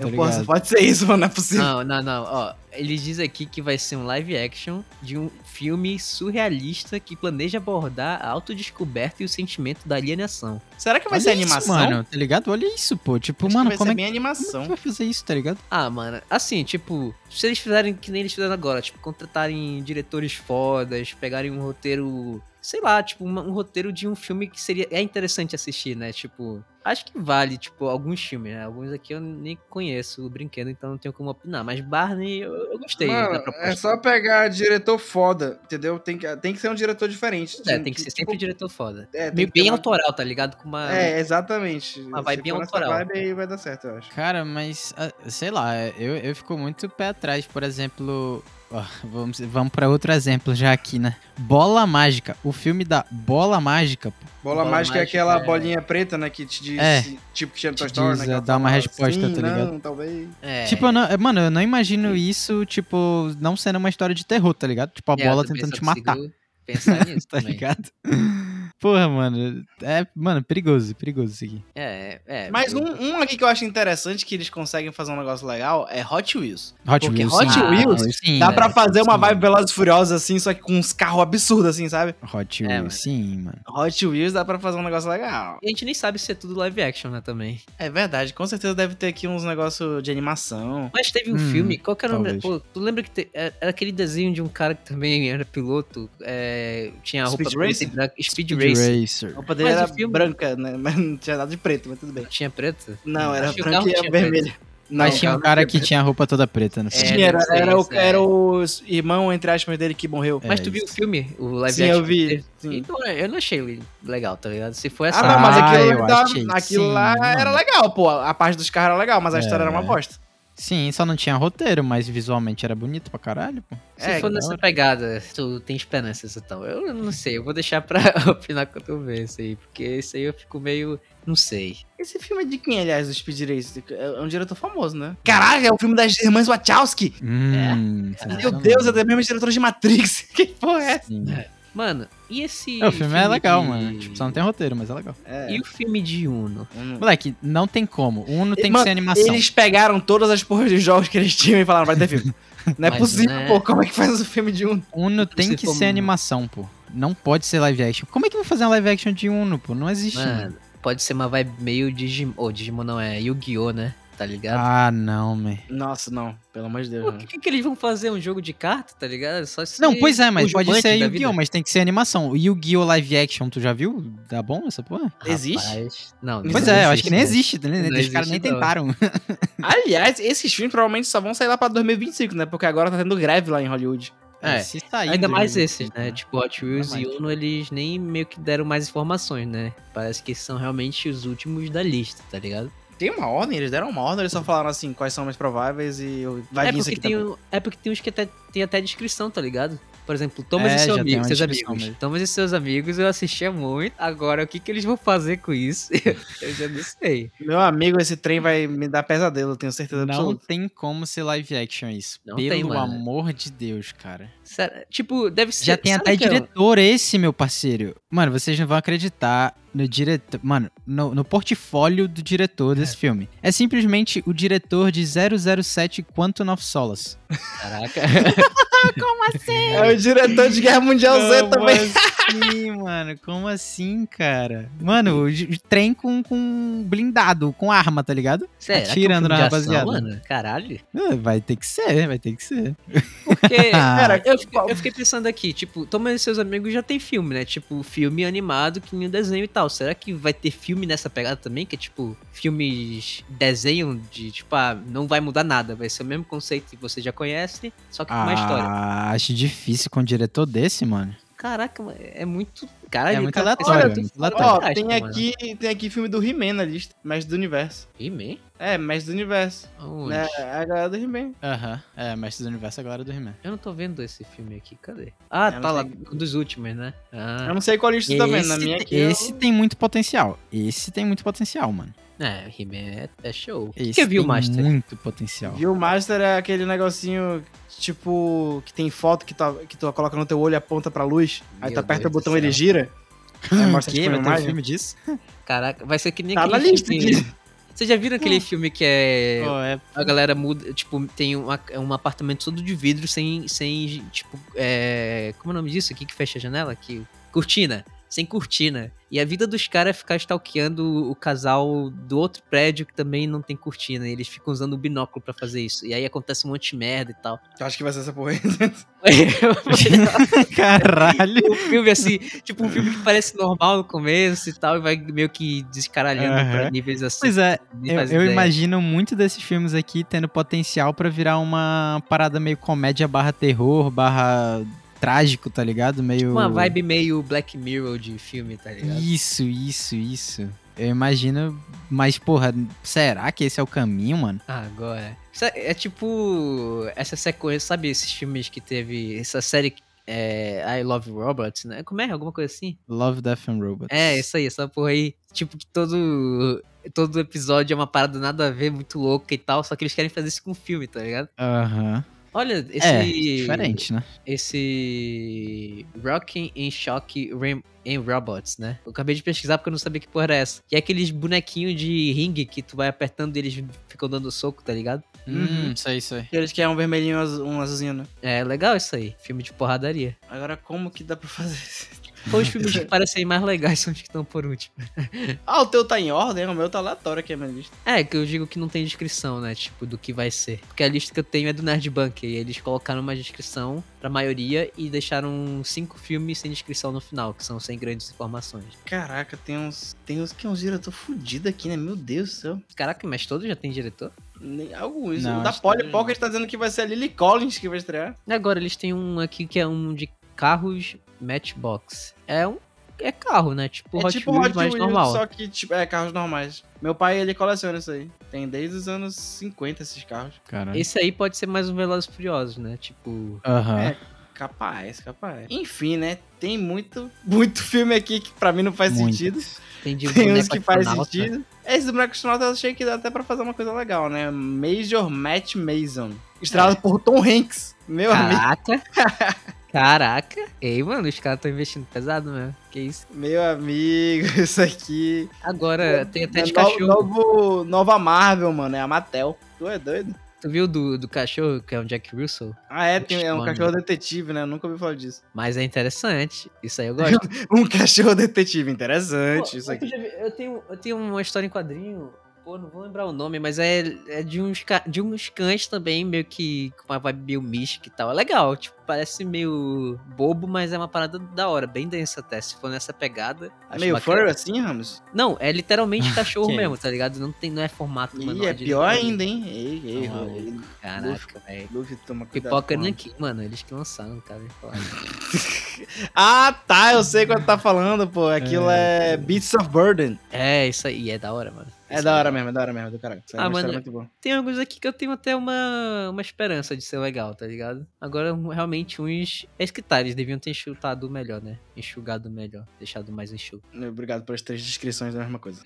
C: Tô
A: Eu, posso,
C: ligado.
A: pode ser isso, mano, não é possível.
B: Não, não, não. Ó, ele diz aqui que vai ser um live action de um filme surrealista que planeja abordar a autodescoberta e o sentimento da alienação.
A: Será que vai
C: Olha
A: ser
C: isso,
A: animação?
C: Mano, tá ligado? Olha isso, pô. Tipo,
A: Acho que
C: mano,
A: vai
C: como
A: ser
C: é, que,
A: bem
C: como é que
A: animação.
C: vai fazer isso, tá ligado?
B: Ah, mano, assim, tipo, se eles fizerem que nem eles fizeram agora, tipo, contratarem diretores fodas, pegarem um roteiro, sei lá, tipo, uma- um roteiro de um filme que seria é interessante assistir, né? Tipo, acho que vale, tipo, alguns filmes, né? Alguns aqui eu nem conheço o brinquedo, então não tenho como opinar, mas Barney eu, eu gostei da
D: Mano,
B: proposta.
D: é só pegar diretor foda, entendeu? Tem que, tem que ser um diretor diferente. tipo,
B: É, tem que ser sempre diretor foda.
D: É, assim, tem
B: Meio
D: que ter
B: bem
D: uma-
B: autoral, tá ligado? Com uma.
D: É, exatamente.
B: Uma vibe
D: Se
B: bem
D: for nessa
B: autoral.
D: Vibe, aí vai dar certo, eu acho.
C: Cara, mas, ah, sei lá, eu, eu fico muito pé atrás, por exemplo. ó, vamos vamos para outro exemplo já aqui, né? Bola Mágica. O filme da Bola Mágica pô,
D: Bola,
B: Bola
D: mágica é
B: mágica,
D: aquela
B: é.
D: bolinha preta, né? Que te diz,
C: É.
D: tipo, que tinha no
C: Te
D: Toy Story,
C: diz,
D: né?
C: é,
D: que ela
C: dá uma
D: fala,
C: resposta,
D: "Sim,
C: tá
D: Não,
C: ligado?"
D: talvez.
B: É.
C: Tipo, eu não, é, mano, eu não imagino isso, tipo, não sendo uma história de terror, tá ligado? Tipo, a
B: É, eu
C: bola
B: também
C: tentando
B: só
C: te matar,
B: consigo Pensar nisso
C: tá
B: também.
C: ligado? Porra, mano. É, mano, perigoso, perigoso isso aqui.
B: É, é, é.
A: Mas
B: eu-
A: um, um aqui que eu acho interessante que eles conseguem fazer um negócio legal é Hot Wheels.
C: Hot
A: Porque
C: Wheels.
A: Hot
C: sim.
A: Wheels
C: sim,
A: Dá
B: velho,
A: pra
C: mano.
A: fazer uma
C: sim.
A: vibe Velozes e Furiosos assim, só que com uns carros absurdos assim, sabe?
C: Hot
B: É,
C: Wheels,
B: mano.
C: sim, mano.
A: Hot Wheels dá pra fazer um negócio legal.
B: E a gente nem sabe se é tudo live action, né, também.
A: É verdade, com certeza deve ter aqui uns negócios de animação.
B: Mas teve um
C: Hum,
B: filme, qual que era o nome?
C: talvez.
B: Pô, tu lembra que te- é, era era aquele desenho de um cara que também era piloto, é, tinha a roupa
A: Speed
B: preta e
A: Racer?
B: branca, Speed,
C: Speed
A: A
B: Racer.
C: Racer.
A: roupa dele
B: Mas
A: era
B: o filme-
A: branca, né? Mas não tinha nada de preto, mas tudo bem.
B: Não Tinha preto?
A: Não, era
B: Acho que o
A: branca
B: carro
A: e
B: tinha
A: era vermelha. Não,
C: Mas tinha um cara que tinha a roupa toda preta né? no
B: É,
C: filme.
A: tinha, era,
B: deve ser
A: era, o,
B: isso, é.
A: era o irmão, entre aspas, dele que morreu.
C: É,
B: Mas tu viu o
C: isso.
B: filme, o
C: É,
B: live
A: Sim,
B: action?
A: eu vi,
B: que teve?
A: sim.
B: Então, é, eu não achei ele legal, tá ligado? Se for essa...
A: Ah, não, mas
C: Ah,
A: aquilo,
C: eu
A: lá-
C: achei,
A: aquilo
C: sim,
A: lá era
C: mano.
A: legal, pô. A parte dos carros era legal, mas a
C: É,
A: história era uma bosta.
C: Sim, só não tinha roteiro, mas visualmente era bonito pra caralho, pô.
B: Se
A: É,
B: for
C: da
B: nessa
C: hora.
B: pegada, tu tem esperanças, então. Eu não sei, eu vou deixar pra opinar quando eu ver isso aí, porque isso aí eu fico meio. Não sei.
A: Esse filme é de quem, aliás, do Speed Racer? É um diretor famoso, né? Caralho, é o filme das irmãs Wachowski!
C: Hum,
A: Meu Deus, é da mesma diretora de Matrix. Que porra é essa?
C: Sim.
B: Mano, e esse.
C: É, o filme é legal,
B: de-
C: mano. Tipo, só não tem roteiro, mas é legal.
A: É.
B: E o filme de Uno?
C: Moleque, não tem como. O Uno tem que
A: Mano,
C: ser animação.
A: Eles pegaram todas as porras de jogos que eles tinham e falaram, vai ter filme. Não é
B: Mas,
A: possível,
B: né?
A: pô. Como é que faz o filme de um?
C: Uno tem
B: se
C: que
B: for
C: ser
B: um-
C: animação, pô. Não pode ser live action. Como é que vai fazer uma live action de Uno, pô? Não existe. mano.
B: Mano, pode ser uma vibe meio Digimon. Ou Digimon não é Yu-Gi-Oh, né? Tá ligado?
C: Ah, não, man.
A: Nossa, não. Pelo amor de Deus.
B: Pô, O
A: não.
B: que, que, que eles vão fazer? Um jogo de carta, tá ligado? Só se
C: Não, pois é, mas
B: o
C: pode
B: Jumanji
C: ser
B: da
C: Yu-Gi-Oh,
B: vida.
C: mas tem que ser animação. O Yu-Gi-Oh live action, tu já viu? Tá bom essa porra?
A: Existe?
B: Rapaz, Não,
A: Não
C: pois
B: não
C: é, eu acho que nem
B: né?
C: existe, né?
B: Não
C: Os caras nem
B: existe, não.
C: tentaram.
A: Aliás, esses filmes provavelmente só vão sair lá pra 2025, né? Porque agora tá tendo greve lá em Hollywood.
B: É,
C: Se sair
B: Ainda
C: em
B: mais
C: 2025,
B: esses, né? Tipo, Hot Wheels
C: Ainda
B: e
C: mais.
B: Uno, eles nem meio que deram mais informações, né? Parece que são realmente os últimos da lista, tá ligado?
A: Tem uma ordem, eles deram uma ordem, eles só falaram assim, quais são mais prováveis e eu- vai
B: É
A: vir isso aqui
B: porque, tem,
A: também.
B: o- é porque tem uns que até, tem até descrição, tá ligado? Por exemplo, Thomas
C: É,
B: e seu
C: já tem
B: amigo-
C: uma
B: seus
C: descrição
B: amigos.
C: mesmo.
B: Thomas e seus amigos, eu assistia muito. Agora, o que, que eles vão fazer com isso? eu já não sei.
A: Meu amigo, esse trem vai me dar pesadelo, eu tenho certeza
C: Não
A: absoluta.
C: tem como ser live action isso.
B: Não
C: pelo
B: tem, mano.
C: amor de Deus, cara.
B: Será- Tipo, deve ser.
C: Já tem
B: sabe
C: até
B: que é um-
C: diretor esse, meu parceiro. Mano, vocês não vão acreditar no diretor. Mano, no, no portfólio do diretor desse filme. É simplesmente o diretor de 007 Quantum of Solace.
B: Caraca.
A: É o diretor de Guerra Mundial Z também.
C: Como assim, mano? Como assim, cara? Mano, o j- trem com, com blindado, com arma, tá ligado?
B: Será
C: Atirando
B: que é um
C: na
B: filme de ação,
C: rapaziada.
B: mano? Caralho.
C: Ah, Vai ter que ser, vai ter que ser.
B: Porque,
C: Cara,
B: Ah, eu, fiquei, eu fiquei pensando aqui, tipo, Thomas e seus amigos já tem filme, né? Tipo, filme animado, que nem o desenho e tal. Será que vai ter filme nessa pegada também? Que é tipo, filmes desenho de, tipo, ah, não vai mudar nada, vai ser o mesmo conceito que você já conhece, só que com uma história.
C: Ah, acho difícil com um diretor desse, mano.
B: caraca, mano, é muito. Cara,
C: É
B: ele
C: muito
B: tá- esse
C: aleatório, é muito
B: cara tá
C: aleatório.
A: Ó,
B: fantástico,
A: tem
B: mano.
A: aqui, tem aqui filme do He-Man na lista. Mestre do Universo.
B: He-Man?
A: É, Mestre do Universo.
B: Aonde?
A: Né? A galera do He-Man.
C: Aham. É, Mestre do Universo agora é do He-Man.
B: Eu não tô vendo esse filme aqui, cadê? Ah,
A: É, não
B: tá lá,
A: sei. É
B: um dos últimos, né? Ah.
A: Eu não sei qual lista também, na minha aqui. eu-
C: esse tem muito potencial. Esse tem muito potencial, mano.
A: um
B: É, He-Man é, é show. O que,
C: Esse
B: que é View
C: tem
B: Master?
C: muito potencial.
A: Viu, Master é aquele negocinho, tipo, que tem foto que, tá, que tu coloca no teu olho e aponta pra luz. aí tu
B: Meu
A: aperta
B: Deus
A: o botão
B: do
A: e ele
B: céu. Hum,
A: gira. Aí mostra,
C: Que?
A: tipo,
C: Vai
A: uma
C: ter um
A: imagem.
C: filme disso?
B: Caraca, vai ser que nem
A: Tá na
B: aquele
A: lista
B: filme... Vocês já viram aquele filme que é...
C: Pô, é
B: A galera muda, tipo, tem uma- um apartamento todo de vidro sem, sem tipo, é, como é o nome disso aqui que fecha a janela? Que, cortina. Sem cortina. E a vida dos caras é ficar stalkeando o casal do outro prédio que também não tem cortina. E eles ficam usando o binóculo pra fazer isso. E aí acontece um monte de merda e tal.
D: Eu acho que vai ser essa porra aí.
C: Caralho.
B: um filme assim, tipo um filme que parece normal no começo e tal, e vai meio que descaralhando pra
C: Aham.
B: níveis assim.
C: Pois é,
B: nem
C: eu,
B: faz
C: eu
B: ideia.
C: imagino muito desses filmes aqui tendo potencial pra virar uma parada meio comédia barra terror, barra trágico, tá ligado? Meio.
B: Tipo Uma vibe meio Black Mirror de filme, tá ligado?
C: Isso, isso, isso. Eu imagino, mas porra, será que esse é o caminho, mano?
B: Agora. Isso É, é tipo. Essa sequência, sabe esses filmes que teve. Essa série que- é, I Love Robots, né? Como é? Alguma coisa assim?
C: Love, Death and Robots.
B: É, isso aí, essa porra aí. Tipo, que todo. Todo episódio é uma parada nada a ver, muito louca e tal, só que eles querem fazer isso com filme, tá ligado?
C: Aham.
B: Olha, esse.
C: É, diferente, né?
B: esse Rocking in Shock Ram- em Robots, né? Eu acabei de pesquisar porque eu não sabia que porra era essa. Que é aqueles bonequinhos de ringue que tu vai apertando e eles ficam dando soco, tá ligado?
A: Uhum.
C: isso aí, isso aí.
A: Eles querem um vermelhinho, azu- um azulzinho, né?
B: É legal isso aí, filme de porradaria.
A: Agora, como que dá pra fazer isso?
B: Ou os filmes que parecem mais legais são os que estão por último.
A: Ah, o teu tá em ordem, o meu tá aleatório aqui na minha lista.
B: É, que eu digo que não tem descrição, né? Tipo, do que vai ser. Porque a lista que eu tenho é do Nerd Bunker. E eles colocaram uma descrição pra maioria e deixaram cinco filmes sem descrição no final, que são sem grandes informações.
A: Caraca, tem uns. Tem uns que é uns diretor fudido aqui, né? Meu Deus do céu.
B: Caraca, mas todos já tem diretor?
A: Nem, alguns.
C: Não,
A: o da
C: acho que
A: Polly
B: é-
C: não.
A: Pocket tá dizendo que vai ser a Lily Collins que vai estrear.
B: E Agora eles têm um aqui que é um de carros Matchbox. É um é carro, né? Tipo
A: é
B: Hot
A: tipo
B: Wheels,
A: Hot
B: mas
A: Wheels,
B: normal.
A: só que tipo, é carros normais. Meu pai, ele coleciona isso aí. Tem desde os anos 50 esses carros.
C: Caralho.
B: Esse aí pode ser mais um Velozes e Furiosos, né? Tipo,
C: Aham.
A: É. Capaz, capaz. Enfim, né? Tem muito, muito filme aqui que pra mim não faz
C: Muito.
A: sentido.
B: tem de
A: Tem uns
B: boneco
A: que faz
B: astronauta.
A: sentido. Esse do Boneco Astronauta eu achei que dá até pra fazer uma coisa legal, né? Major Matt Mason. Estrelado por Tom Hanks. Meu amigo.
B: É. Caraca. Caraca. Ei, mano, os caras estão investindo pesado, né? Que isso?
A: Meu amigo, isso aqui.
B: Agora tem até
A: É
B: de
A: no-
B: cachorro.
A: novo- nova Marvel, mano. É a Mattel. Tu é doido?
B: Tu viu do, do cachorro que é o Jack Russell?
A: Ah, é, tem- é um
B: Mano.
A: cachorro detetive, né? Eu nunca ouvi falar disso.
B: Mas é interessante. Isso aí eu gosto.
A: Um cachorro detetive, interessante isso
B: Pô,
A: aqui.
B: outro dia Eu tenho, eu tenho uma história em quadrinho. Pô, não vou lembrar o nome, mas é, é de, uns, ca- de uns cães também, meio que com uma vibe meio mística e tal. É legal, tipo, parece meio bobo, mas é uma parada da hora, bem densa até. Se for nessa pegada.
A: É
B: acho
A: meio
B: bacana.
A: furry assim, Ramos?
B: Não, é literalmente cachorro
C: Que
B: mesmo, tá ligado? Não, tem, não é formato
A: Ih,
B: humanoide,
A: é pior
B: ele-
A: ainda, hein? Ei, ei,
B: Não,
A: Rô, ei,
B: Caraca, velho.
A: Luffy, toma cuidado. com
B: Pipoca
A: ela.
B: Nankin, mano, eles que lançaram, cara. é eu ia falar.
A: Ah, tá, eu sei quando tá falando, pô. Aquilo é, Beats of Burden.
B: É, isso aí, é da hora, mano.
A: É
B: Isso
A: da
B: aí.
A: hora mesmo, é da hora mesmo, do caralho. Isso aí é
B: Ah,
A: uma história
B: mano,
A: muito boa.
B: tem alguns aqui que eu tenho até uma, uma esperança de ser legal, tá ligado? Agora, um- realmente, uns. É isso que tá, eles deviam ter enxutado melhor, né? Enxugado melhor, deixado mais enxuto.
A: Obrigado pelas três descrições da mesma coisa.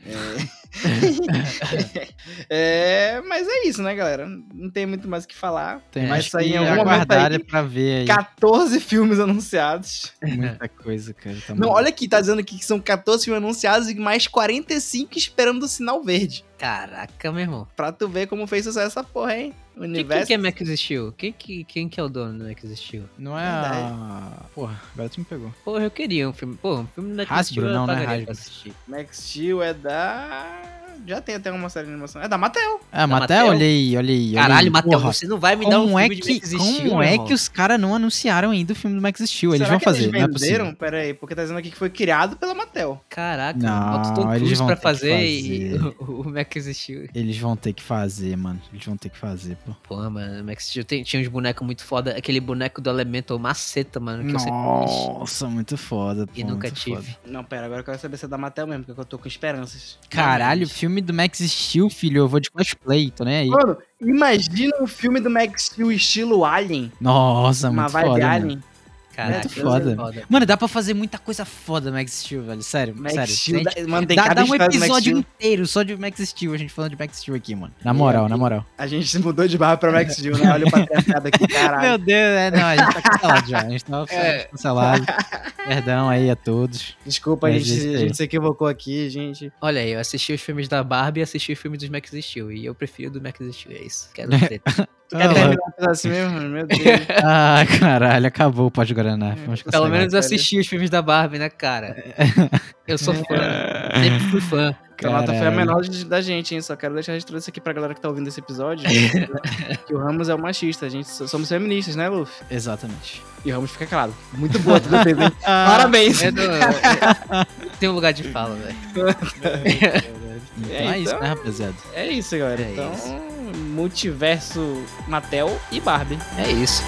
A: É... É, mas é isso, né, galera? Não tem muito mais o que falar.
C: Tem
A: Vai
C: mais
A: sair
C: que
A: em algum momento
C: aguardar
A: É, aí.
C: é pra ver aí.
A: 14 filmes anunciados.
C: Muita coisa, cara.
A: é.
C: tá
A: Não,
C: maluco.
A: olha aqui, tá dizendo aqui que são 14 filmes anunciados e mais 45 esperando o sinal verde.
B: Caraca, meu irmão.
A: Pra tu ver como fez sucesso essa porra, hein? O
B: Quem,
A: universo.
B: quem que é Max Steel? Quem que, quem que é o dono do Max Steel?
C: Não é a. Porra, agora tu me pegou.
B: Porra, eu queria um filme. Porra, um filme do Max
C: Hasbro,
B: Steel eu
C: não, né?
B: pagaria pra
C: Hasbro.
B: assistir.
A: Max Steel é da. já tem até uma série de animação. É da Mattel.
C: Ah, Maté,
B: Mattel?
C: olha aí, olha aí. olha
B: Caralho,
C: aí.
B: Matheus,
C: Porra,
B: você não vai me dar um
C: Como
B: filme
C: é
B: de Max
C: que,
B: Steel,
C: como
B: meu
C: é
B: irmão?
C: que os caras não anunciaram ainda o filme do Max Steel? Eles
A: Será
C: vão
A: que
C: fazer,
A: eles
C: não é possível.
A: venderam? Pera aí, porque tá dizendo aqui que foi criado pela Mattel.
B: Caraca,
C: Não,
B: bota o Tom
C: eles
B: Cruise
C: vão
B: pra
C: ter que
B: fazer, e
C: fazer.
B: o, o Max Steel.
C: Eles vão ter que fazer, mano. Eles vão ter que fazer, pô.
B: Pô, mano, o Max Steel tem- tinha uns bonecos muito foda. Aquele boneco do Elemental Maceta, mano, que eu sempre quis
C: Nossa, muito foda, pô.
B: e nunca
C: muito
B: tive.
C: foda.
A: Não, pera, agora eu quero saber se é da Mattel mesmo, porque eu tô com esperanças.
C: Caralho, filme do Max Steel, filho. Eu vou de cosplay, tô nem aí.
A: Mano, imagina um filme do Max Steel estilo Alien.
C: Nossa,
A: uma
C: Tá muito
A: vibe
C: foda. Mano.
A: Alien.
B: Caraca,
C: Muito
B: eu
C: foda.
B: sou foda.
C: Mano, dá pra fazer muita coisa foda Max Steel, velho. Sério,
A: Max
C: sério.
A: Steel.
C: Gente,
A: da- Mano, tem
C: Dá,
A: cada
C: dá um
A: história do Max
C: episódio
A: Steel.
C: inteiro só de Max Steel, a gente falando de Max Steel aqui, mano. Na moral, na moral.
A: A gente mudou de barra pra Max Steel, né? Olha o patriarcado aqui, caralho.
C: Meu Deus, é, não, a gente tá cancelado já. A gente tá
A: É.
C: oficialmente cancelado. Perdão aí a todos.
A: Desculpa, a
C: Mas
A: gente,
C: isso
A: a
C: aí.
A: gente se equivocou aqui, gente.
B: Olha aí, eu assisti os filmes da Barbie e assisti os filmes dos Max Steel. E eu prefiro do Max Steel, é isso. Quero treta.
A: Tu quer
C: Ah,
A: terminar um pedaço assim mesmo? Meu Deus.
C: Ah, caralho, acabou o Pode
A: É.
C: Guaraná. Vamos
B: Pelo
A: Então,
C: cancelar.
B: menos eu
A: velho.
B: assisti os filmes da Barbie, né, cara? Eu sou fã. Sempre fui fã.
A: Tua nota foi a
C: Caralho.
A: menor de- da gente, hein? Só quero deixar registrado isso aqui pra galera que tá ouvindo esse episódio. que o Ramos é o machista. A gente so- somos feministas, né, Luffy?
C: Exatamente.
A: E o Ramos fica calado. Muito boa, tudo bem, hein?
C: Ah,
A: Parabéns!
B: Eu não- eu- eu- Tem um lugar de fala, velho.
C: Então
A: É,
C: é isso,
A: então-
C: né, rapaziada?
A: É isso, galera.
B: É
A: então, multiverso Mattel e Barbie.
B: É isso.